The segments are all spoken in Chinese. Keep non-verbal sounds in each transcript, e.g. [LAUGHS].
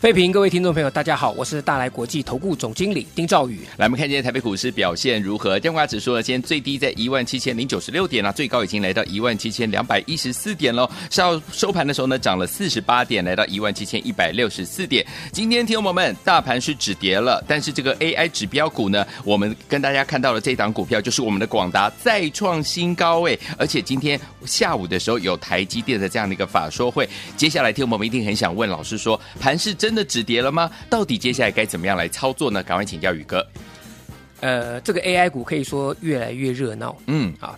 费评各位听众朋友，大家好，我是大来国际投顾总经理丁兆宇。来，我们看今天台北股市表现如何？电话指数呢，今天最低在一万七千零九十六点啊，最高已经来到一万七千两百一十四点喽。上收盘的时候呢，涨了四十八点，来到一万七千一百六十四点。今天听众朋友们，大盘是止跌了，但是这个 AI 指标股呢，我们跟大家看到了这档股票就是我们的广达再创新高哎，而且今天下午的时候有台积电的这样的一个法说会，接下来听众朋友们一定很想问老师说，盘是真的止跌了吗？到底接下来该怎么样来操作呢？赶快请教宇哥。呃，这个 AI 股可以说越来越热闹嗯，啊。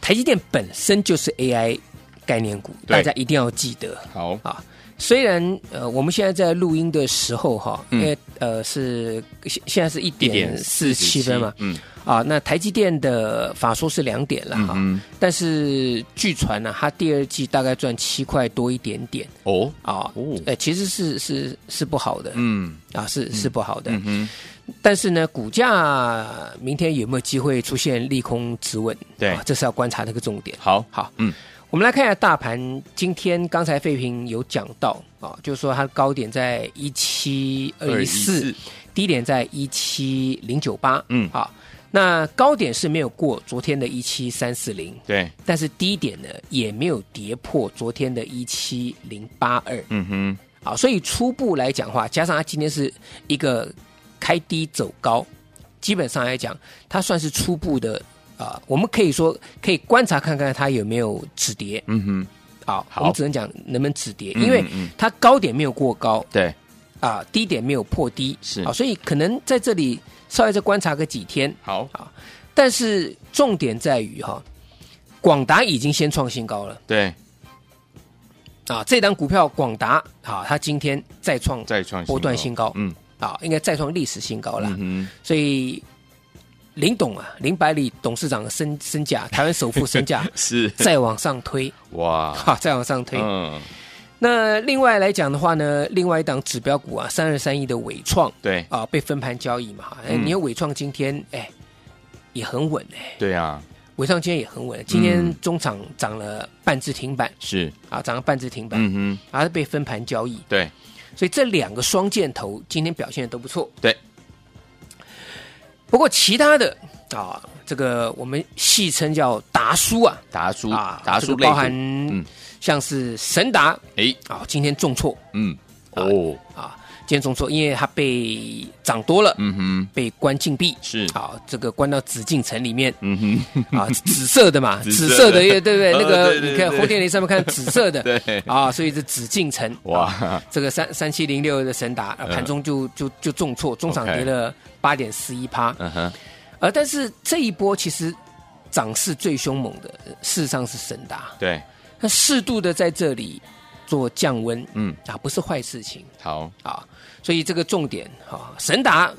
台积电本身就是 AI 概念股，对大家一定要记得好，啊。虽然呃，我们现在在录音的时候哈，嗯因为呃是现现在是一一点点四七47分嘛，嗯啊，那台积电的法说是两点了哈，嗯但是据传呢、它第二季大概赚七块多一点点哼，哦，啊，哦呃，其实是是是不好的，嗯啊，是是不好的。嗯哼，但是呢，股价明天有没有机会出现利空止稳？对啊，这是要观察的一个重点。好，好，嗯，我们来看一下大盘，今天刚才费平有讲到啊，就是说它高点在一七二一四，，低点在一七零九八，嗯啊，那高点是没有过昨天的一七三四零，对，但是低点呢也没有跌破昨天的一七零八二，嗯哼，啊，所以初步来讲的话，加上它今天是一个开低走高，基本上来讲，它算是初步的啊、我们可以说可以观察看看它有没有止跌嗯哼，啊。好我们只能讲能不能止跌，嗯因为嗯嗯它高点没有过高对，啊，低点没有破低，是啊，所以可能在这里稍微再观察个几天，好，但是重点在于哈、广达已经先创新高了对，啊，这档股票广达啊，它今天再创再创波段新高嗯，啊，应该再创历史新高了。嗯所以林董啊，林百里董事长的身身价，台湾首富 [LAUGHS] 身价哼，是，再往上推，哇，哈、再往上推。啊嗯，那另外来讲的话呢，另外一档指标股啊，三二三一的伟创对，啊，被分盘交易嘛，哈哎嗯你有伟创今天哎也很稳哎，对啊，伟创今天也很稳，今嗯天中场涨了半只停板是，啊，涨了半只停板，嗯哼，啊被分盘交易，对，所以这两个双箭头今天表现的都不错。对，不过其他的啊，这个我们戏称叫达叔啊，达叔，啊，嗯达这叔个类包含股，嗯像是神达哎，啊，今天重挫嗯，哦，啊，今天重挫，因为它被涨多了，嗯哼，被关禁闭。是，啊，这个关到紫禁城里面嗯哼， [LAUGHS] 啊，紫色的嘛，紫紫色的色的，对不对？呃那个对对你看对红点雷上面看紫色 [LAUGHS] 的，对啊，所以这紫禁城哇啊这个三三七零六的神达啊嗯盘中就就就重挫，中场 OK 跌了八点四一趴，嗯哼，呃，但是这一波其实涨势最凶猛的，呃事实上是神达，对，那适度的在这里做降温嗯，啊，不是坏事情好，啊，所以这个重点啊，神达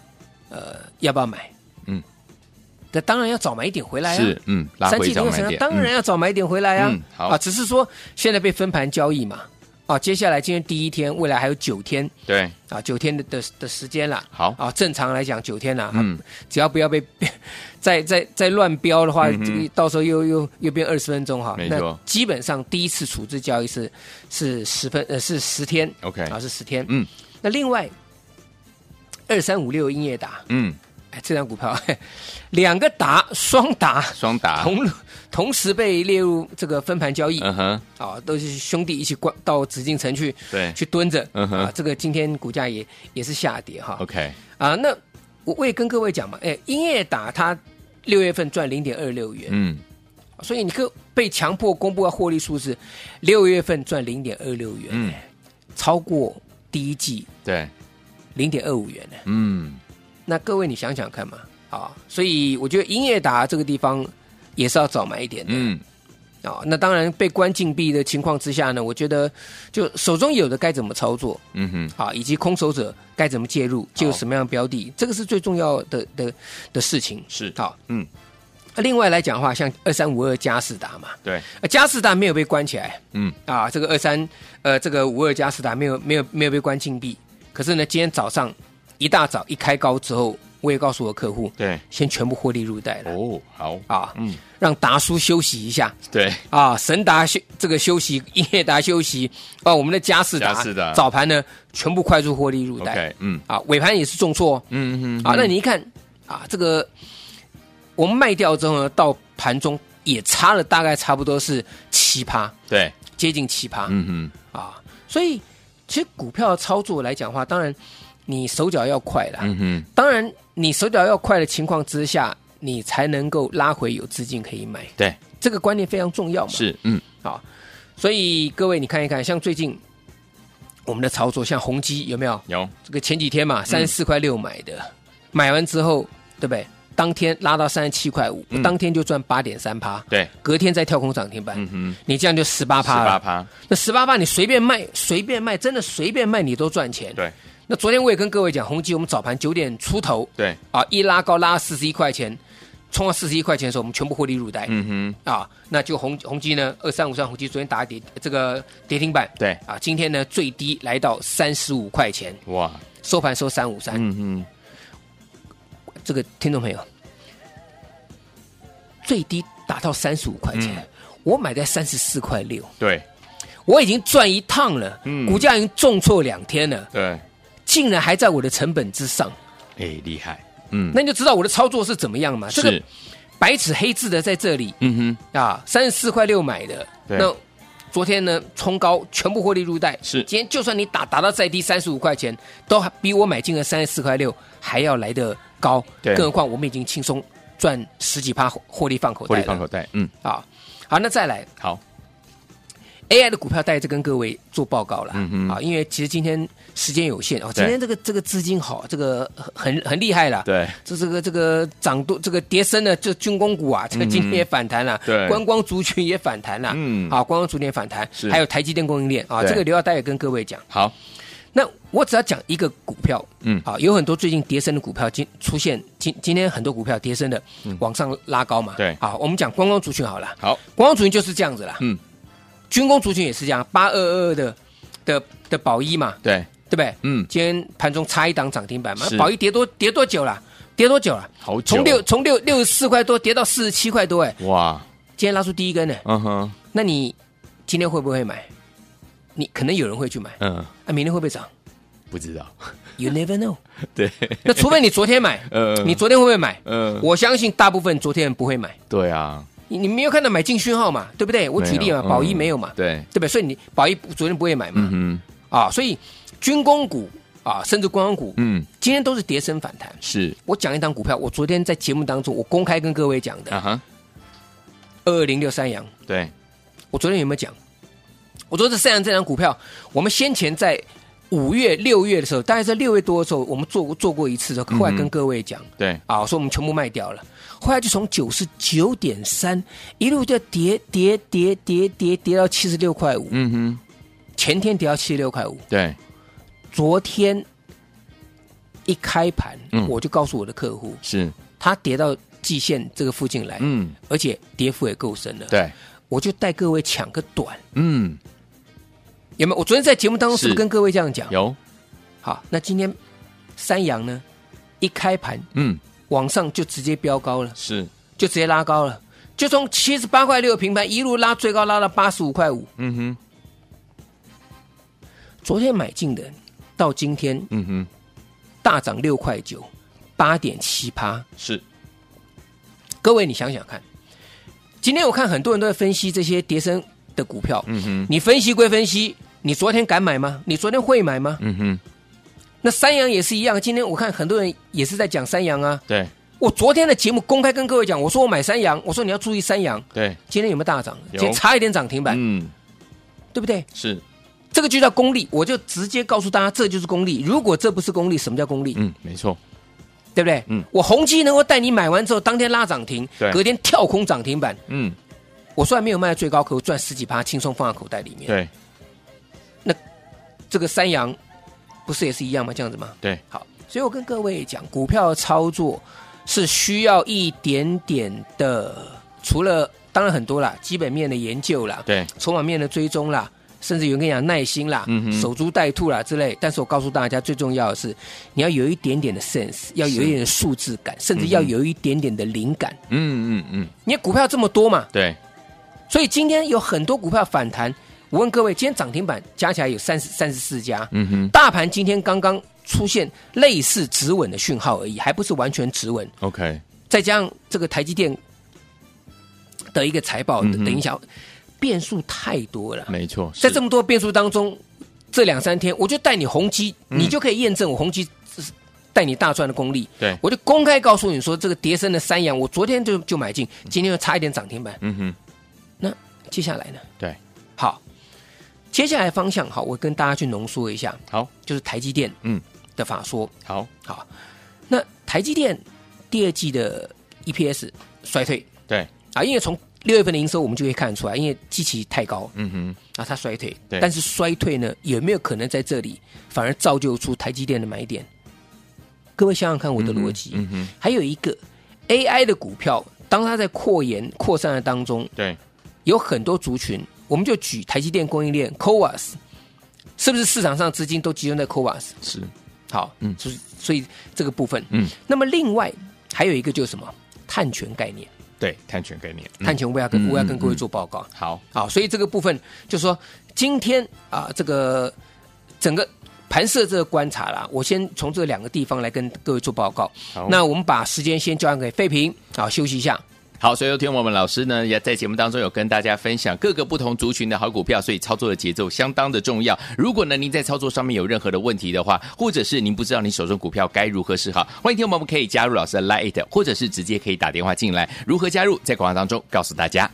呃要不要买？嗯，那当然要早买一点回来啊。是，嗯，拉三回季早度买神达点，当然要早买一点回来啊。嗯好啊，只是说现在被分盘交易嘛，啊，接下来今天第一天，未来还有九天嗯对，啊，九天的的的时间啦。好，啊，正常来讲九天啦、嗯只要不要被 [LAUGHS] 再再再乱标的话，嗯哼这个到时候又又又变二十分钟哈。没那错基本上第一次处置交易是是十分呃是十天，OK，啊是十天。嗯，那另外二三五六英业达，嗯，哎，这张股票 [LAUGHS] 两个达双达双达，同同时被列入这个分盘交易啊、嗯哼，都是兄弟一起关到紫禁城去对去蹲着、嗯哼啊。这个今天股价也也是下跌哈。 ，OK，啊，那我我也跟各位讲嘛，哎，英业达它六月份赚零点二六元，嗯，所以你可被强迫公布的获利数字，六月份赚零点二六元，嗯，超过第一季对，零点二五元呢。嗯，那各位你想想看嘛，啊，所以我觉得英业达这个地方也是要早买一点的，嗯，啊、那当然被关禁闭的情况之下呢，我觉得就手中有的该怎么操作嗯哼，啊，以及空手者该怎么介入，介入什么样的标的，这个是最重要的的的事情。是好，嗯，那呃另外来讲的话，像二三五二加士达嘛，对，呃加士达没有被关起来嗯，啊，这个二三呃这个五二加士达没有没有没有被关禁闭，可是呢，今天早上一大早一开高之后，我也告诉我客户，对，先全部获利入袋了、哦，好，啊，嗯，让达叔休息一下。对，啊，神达休这个休息， [LAUGHS] 英业达休息，啊，我们的嘉士达嘉士达早盘呢全部快速获利入袋 OK，嗯，啊，尾盘也是重挫、哦嗯嗯，啊。那你一看啊，这个我们卖掉之后呢，到盘中也差了大概差不多是七趴，对，接近七趴、嗯哼，啊。所以其实股票操作来讲的话，当然你手脚要快啦，嗯哼，当然你手脚要快的情况之下，你才能够拉回有资金可以买，对，这个观念非常重要嘛。是，嗯，好，所以各位你看一看，像最近我们的操作，像宏基有没有？有，这个前几天嗯嘛，三十四块六买的，买完之后，对不对？当天拉到三十七块五、嗯当天就赚八点三趴，对，隔天再跳空涨停板，嗯哼，你这样就十八十趴八了。趴，那十八趴你随便卖，随便卖，真的随便卖你都赚钱。对，那昨天我也跟各位讲，宏基我们早盘九点出头对，啊，一拉高拉四十一块钱，冲到四十一块钱的时候，我们全部获利入袋。嗯哼，啊，那就红红基呢，二三五三红基昨天打跌这个跌停板，对啊，今天呢最低来到三十五块钱，哇，收盘收三五三。嗯哼，这个听众朋友，最低打到三十五块钱，嗯我买在三十四块六，对，我已经赚一趟了，嗯股价已经重挫两天了，对，竟然还在我的成本之上，哎，厉害，嗯，那你就知道我的操作是怎么样嘛？这个是，白纸黑字的在这里，嗯哼，啊，三十四块六买的，对那昨天呢冲高全部获利入袋，是今天就算你打打到再低三十五块钱，都还比我买进的三十四块六还要来的高，对更何况我们已经轻松赚十几趴获获利放口获袋利了放口袋，嗯，啊。好，那再来好， AI 的股票，带着跟各位做报告了、嗯哼啊，因为其实今天时间有限哦，对今天这个这个资金好，这个很很厉害了，对，这这个这个涨多这个跌升的这军工股啊，这个今天也反弹了、嗯对观光族群也反弹了，嗯啊，观光族群也反弹是，还有台积电供应链啊，对这个留到待会跟各位讲。好，那我只要讲一个股票，嗯啊，有很多最近跌升的股票今出现今今天很多股票跌升的往上拉高嗯嘛，啊对好，我们讲观光族群好了，好，观光族群就是这样子啦，嗯，军工族群也是这样，八二二二的的的宝一嘛，对，对不对？嗯，今天盘中差一档涨停板嘛是，宝一跌多跌多久了？跌多久了？好久，从六从六六十四块多跌到四十七块多，哎，哇，今天拉出第一根呢。嗯哼，那你今天会不会买？你可能有人会去买，嗯，啊，明天会不会涨不知道， ？You never know。 [LAUGHS] 对，那除非你昨天买，呃你昨天会不会买？呃，我相信大部分昨天人不会买，对啊，你你没有看到买进讯号嘛，对不对？我举例嘛，没有宝一嗯没有嘛，对，对不对？所以你宝一昨天不会买嘛，嗯哼，啊，所以军工股啊，甚至观光股，嗯，今天都是跌升反弹。是，我讲一档股票，我昨天在节目当中我公开跟各位讲啊的哈，二二零六三阳，对，我昨天有没有讲？我昨天三阳这张股票，我们先前在五月、六月的时候，大概在六月多的时候，我们做过做过一次的，后来嗯跟哼各位讲、对，啊，说我们全部卖掉了，后来就从九十九点三一路就跌跌跌跌跌跌到七十六块五，嗯哼，前天跌到七十六块五，对，昨天一开盘、嗯我就告诉我的客户，是，它跌到季线这个附近来，嗯，而且跌幅也够深了，，对，我就带各位抢个短。嗯，有没有？我昨天在节目当中是不是是跟各位这样讲？有，好，那今天三阳呢，一开盘嗯，往上就直接飙高了，是，就直接拉高了，就从七十八块六平盘一路拉最高拉到八十五块五。嗯哼，昨天买进的，到今天嗯哼，大涨六块九，八点七趴。是，各位，你想想看，今天我看很多人都在分析这些跌升的股票，嗯哼，你分析归分析，你昨天敢买吗？你昨天会买吗？嗯哼，那三阳也是一样，今天我看很多人也是在讲三阳啊。对，我昨天的节目公开跟各位讲，我说我买三阳，我说你要注意三阳，对，今天有没有大涨？有今天差一点涨停板，嗯，对不对？是，这个就叫功力，我就直接告诉大家，这就是功力。如果这不是功力，什么叫功力？嗯，没错，对不对？嗯我宏基能够带你买完之后，当天拉涨停对，隔天跳空涨停板，嗯，我虽然没有卖到最高，可我赚十几趴，轻松放在口袋里面。对，这个三阳不是也是一样吗？这样子吗？对，好，所以我跟各位讲，股票操作是需要一点点的，除了当然很多啦，基本面的研究啦，对，筹码面的追踪啦，甚至有人跟你讲耐心啦，嗯哼守株待兔啦之类。但是我告诉大家，最重要的是你要有一点点的 sense，要有一点的素质感，甚至要有一点点的灵感。嗯嗯嗯，你看股票这么多嘛，对，所以今天有很多股票反弹。我问各位，今天涨停板加起来有三十三十四家，嗯哼大盘今天刚刚出现类似止稳的讯号而已，还不是完全止稳。 ，OK，再加上这个台积电的一个财报嗯哼等一下变数太多了，没错，在是这么多变数当中，这两三天我就带你宏基，你就可以验证我宏基带你大赚的功力。对我就公开告诉你说，这个叠升的三阳，我昨天就就买进，今天又差一点涨停板。嗯哼，那接下来呢？对，好，接下来方向好，我跟大家去浓缩一下，好，就是台积电嗯，的法说。好，好，那台积电第二季的 EPS 衰退对，啊，因为从六月份的营收我们就可以看得出来，因为基期太高嗯哼，啊，它衰退。对但是衰退呢，有没有可能在这里反而造就出台积电的买点？各位想想看我的逻辑。嗯哼，还有一个 AI 的股票，当它在扩延扩散的当中，对，有很多族群，我们就举台积电供应链 CoWAS，是不是市场上资金都集中在 CoWAS？是，好，嗯嗯，所以所以这个部分，嗯，那么另外还有一个就是什么碳权概念，对，碳权概念，嗯碳权我要嗯跟、我要跟各位嗯做报告，好，好，所以这个部分就是说今天啊、这个整个盘设这个观察啦，我先从这两个地方来跟各位做报告好。那我们把时间先交给费平，好休息一下。好，所以有听我们老师呢，也在节目当中有跟大家分享各个不同族群的好股票，所以操作的节奏相当的重要。如果呢您在操作上面有任何的问题的话，或者是您不知道你手中股票该如何是好，欢迎听我们可以加入老师的 Lite，或者是直接可以打电话进来。如何加入，在广告当中告诉大家。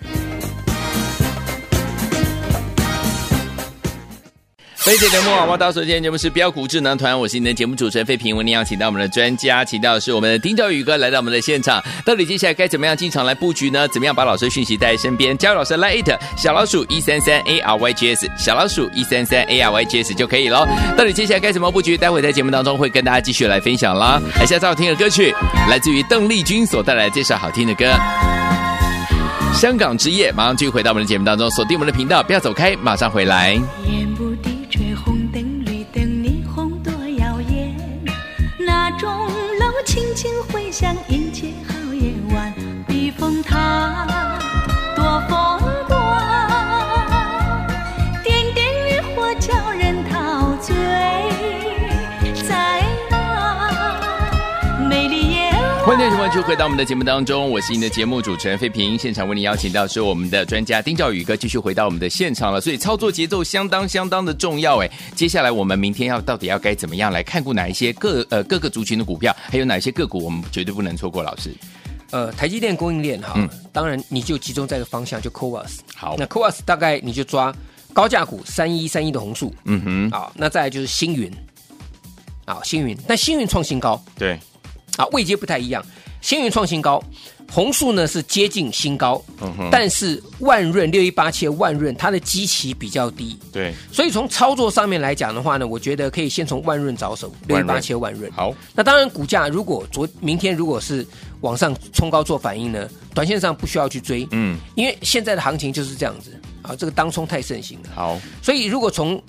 飞姐节目啊，我到首先节目是标股智囊团，我是你的节目主持人费平。我们要请到我们的专家，请到的是我们的丁兆宇哥来到我们的现场。到底接下来该怎么样进场来布局呢？怎么样把老师的讯息带在身边？加入老师 l i t 小老鼠一三三 A R Y G S 小老鼠一三三 A R Y G S 就可以喽。到底接下来该怎么布局？待会在节目当中会跟大家继续来分享啦。来，下次好听的歌曲来自于邓丽君所带来这首好听的歌。香港之夜，马上继续回到我们的节目当中，锁定我们的频道，不要走开，马上回来。眼不低垂红灯绿灯，霓虹多耀眼。那钟楼轻轻回响，迎接好夜晚。避风塘多风光，点点渔火叫人陶醉。在那美丽夜晚。欢迎各位就回到我们的节目当中，我是您的节目主持人费平。现场为您邀请到是我们的专家丁兆宇哥，继续回到我们的现场了。所以操作节奏相当相当的重要哎。接下来我们明天要到底要该怎么样来看顾哪一些各呃各个族群的股票，还有哪一些个股我们绝对不能错过。老师，呃，台积电供应链哈，嗯当然你就集中在一个方向，就 CoWAS。好那 CoWAS 大概你就抓高价股三一三一的红树嗯哼，啊，那再来就是星云啊，星云，但星云创新高对，啊，位阶不太一样，星云创新高，红树呢是接近新高，嗯哼但是万润六一八七万润它的基期比较低，对，所以从操作上面来讲的话呢，我觉得可以先从万润着手，六一万八润七万润。好，那当然，股价如果昨明天如果是往上冲高做反应呢，短线上不需要去追，嗯，因为现在的行情就是这样子啊，这个当冲太盛行了。好，所以如果从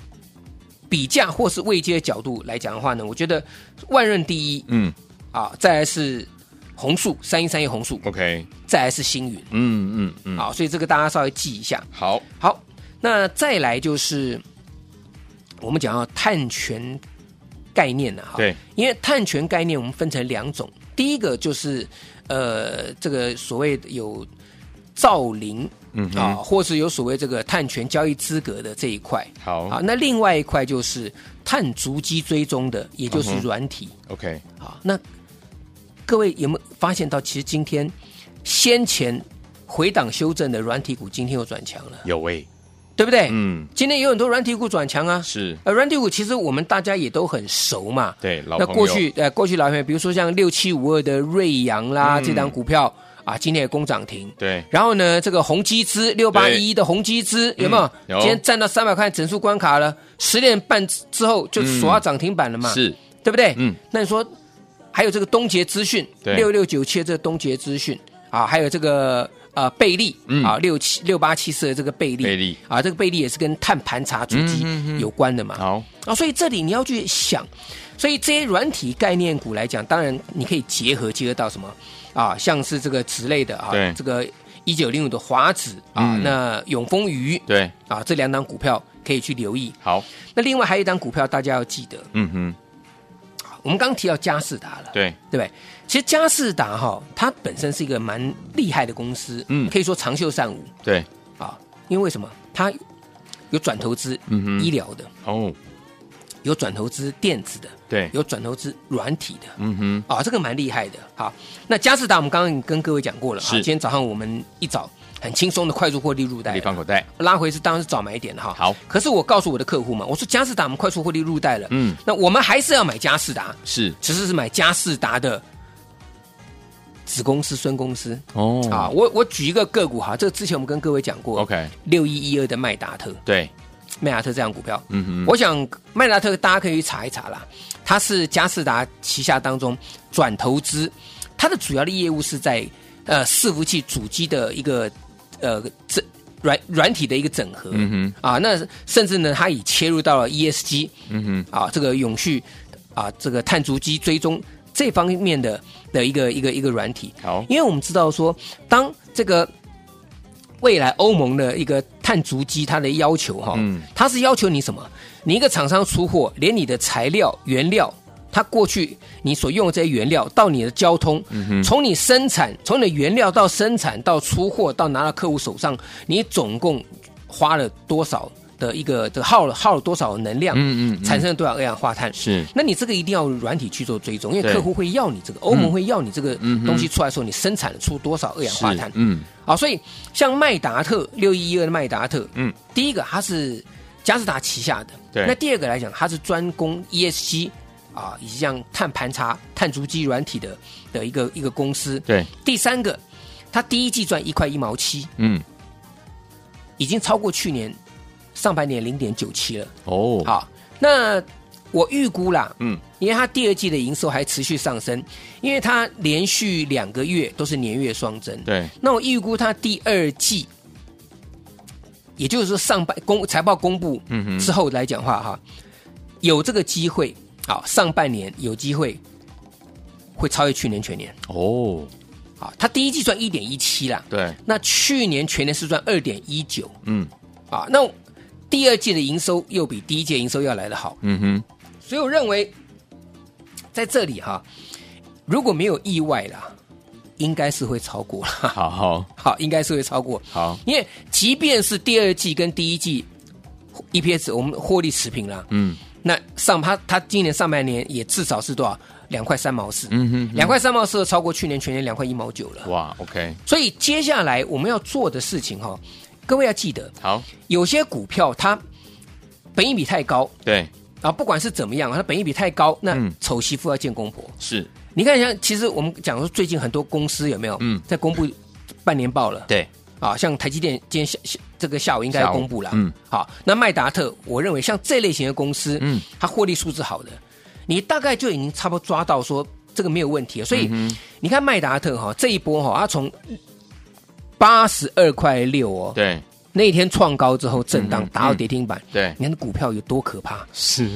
比价或是位阶的角度来讲的话呢，我觉得万润第一嗯啊，再来是红树三一三一红树， ，OK，再来是星云嗯嗯嗯，啊，所以这个大家稍微记一下。好，好，那再来就是我们讲到碳权概念啊了哈。对，因为碳权概念我们分成两种，第一个就是呃，这个所谓有造林嗯啊，哼，或是有所谓这个碳权交易资格的这一块。啊好，那另外一块就是碳足迹追踪的，也就是嗯哼软体。 ，OK，啊，那各位有没有发现到，其实今天先前回档修正的软体股今天又转强了，有诶，对不对？嗯，今天有很多软体股转强啊，是呃，软体股其实我们大家也都很熟嘛。对老那朋过友去呃，过去老朋友，比如说像六七五二的瑞阳啦，嗯这档股票啊，今天也攻涨停。对，然后呢，这个宏基资六八一的宏基资有没有？嗯有今天站到三百块整数关卡了，十点半之后就锁到涨停板了嘛，是对不对？嗯。那你说还有这个东杰资讯对六六九七的这个东杰资讯啊，还有这个呃贝利嗯啊六七六八七四的这个贝利贝利啊，这个贝利也是跟碳盘查主机嗯嗯嗯有关的嘛。好，啊，所以这里你要去想，所以这些软体概念股来讲，当然你可以结合结合到什么啊，像是这个之类的啊对，这个一九零五的华子啊，嗯那永丰鱼对，啊，这两档股票可以去留意。好，那另外还有一档股票大家要记得，啊嗯哼，我们刚提到佳士达了，对，对不对？其实佳士达哈、它本身是一个蛮厉害的公司，嗯可以说长袖善舞对，啊，因为为什么？它有转投资嗯哼医疗的，哦，有转投资电子的，对，有转投资软体的，嗯哼，啊、这个蛮厉害的。好，那嘉士达我们刚刚已经跟各位讲过了啊，是今天早上我们一早很轻松的快速获利入袋你了，放口袋，拉回是当然是早买一点的哈。好可是我告诉我的客户嘛，我说嘉士达我们快速获利入袋了，嗯，那我们还是要买嘉士达，是，只是是买嘉士达的子公司、孙公司。哦啊，我我举一个个股哈，这个之前我们跟各位讲过，OK，六一一二的麦达特，对，麦达特这样股票，嗯哼，我想麦达特大家可以去查一查啦，它是佳士达旗下当中转投资，它的主要的业务是在呃伺服器主机的一个呃整软软体的一个整合，嗯啊，那甚至呢，它已切入到了 ESG，嗯哼，啊，这个永续啊，这个碳足迹追踪这方面的的一个一个一个软体。好因为我们知道说，当这个未来欧盟的一个碳足迹它的要求哈、嗯它是要求你什么？你一个厂商出货，连你的材料原料。它过去你所用的这些原料到你的交通，嗯从你生产，从你的原料到生产到出货到拿到客户手上，你总共花了多少的一个这个耗了耗了多少能量？嗯嗯嗯产生了多少二氧化碳？是那你这个一定要软体去做追踪，因为对嗯客户会要你这个，欧盟会要你这个东西出来的时候，你生产出多少二氧化碳是？嗯，啊，所以像麦达特六一一二的麦达特，嗯，第一个它是佳士达旗下的，对那第二个来讲，它是专攻 ESG 啊，以及像碳盘查、碳足迹软体的的一个一个公司。对，第三个，它第一季赚一块一毛七，嗯，已经超过去年上半年零点九七了。哦，，好，那我预估啦，嗯，因为它第二季的营收还持续上升，因为它连续两个月都是年月双增。对，那我预估它第二季，也就是说上半公财报公布嗯哼之后来讲话哈，有这个机会，好，上半年有机会会超越去年全年。哦，啊，它第一季赚一点一七啦，对，那去年全年是赚二点一九嗯啊，那第二季的营收又比第一季的营收要来得好。嗯哼，所以我认为在这里哈、如果没有意外啦，应该是会超过了，好好 [LAUGHS] 好，应该是会超过，好，因为即便是第二季跟第一季 EPS 我们获利持平啦，嗯那上它它今年上半年也至少是多少两块三毛四，嗯哼，两块三毛四超过去年全年两块一毛九了，哇，OK，所以接下来我们要做的事情哈、各位要记得，好，有些股票它本益比太高，对，啊，不管是怎么样，它本益比太高，那嗯丑媳妇要见公婆。是，你看，像其实我们讲说，最近很多公司有没有，嗯在公布半年报了对，啊？像台积电今天下下这个下午应该要公布了，下午嗯，好，那麦达特，我认为像这类型的公司，嗯，它获利数字好的，你大概就已经差不多抓到说这个没有问题了。所以嗯你看麦达特哈、这一波哈、它从八十二块六哦，对那天创高之后震荡嗯哼打到嗯跌停板，对，你看股票有多可怕？是，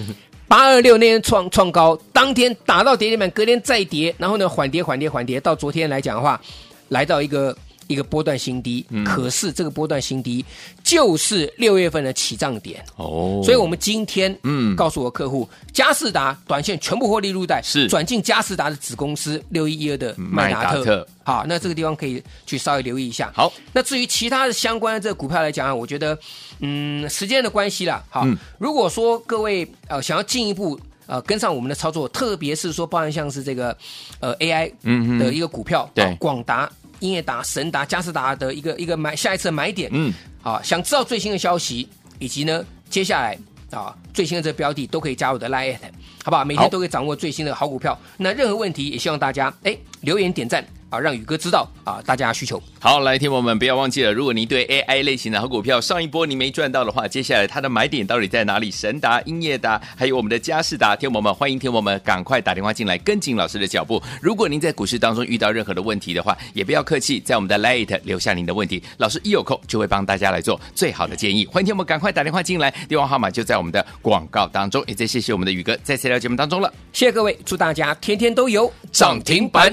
八二六那天创创高，当天打到跌停板，隔天再跌，然后呢缓跌缓跌缓跌，到昨天来讲的话，来到一个一个波段新低。可是这个波段新低就是六月份的起涨点，哦，所以我们今天嗯嗯告诉我客户，佳士达短线全部获利入袋，是转进佳士达的子公司六一一二的麦达麦达特。特好，那这个地方可以去稍微留意一下。好，那至于其他的相关的这个股票来讲啊，我觉得，嗯，时间的关系啦，好，嗯如果说各位呃想要进一步。呃跟上我们的操作，特别是说包含像是这个呃 AI 嗯哼的一个股票，对啊广达、英业达、神达、嘉士达的一个一个买下一次的买点，嗯，啊，想知道最新的消息，以及呢接下来啊最新的这个标的，都可以加我的 Line，好不好？每好天都可以掌握最新的好股票。那任何问题也希望大家哎留言点赞啊，让宇哥知道啊大家的需求。好，来，听我们不要忘记了，如果您对 AI 类型的好股票上一波您没赚到的话，接下来它的买点到底在哪里？神达、英业达，还有我们的嘉士达，听我们欢迎听我们赶快打电话进来跟紧老师的脚步。如果您在股市当中遇到任何的问题的话，也不要客气，在我们的 Lite 留下您的问题，老师一有空就会帮大家来做最好的建议。欢迎听我们赶快打电话进来，电话号码就在我们的广告当中。也再谢谢我们的宇哥再次来到节目当中了。谢谢各位，祝大家天天都有涨停板。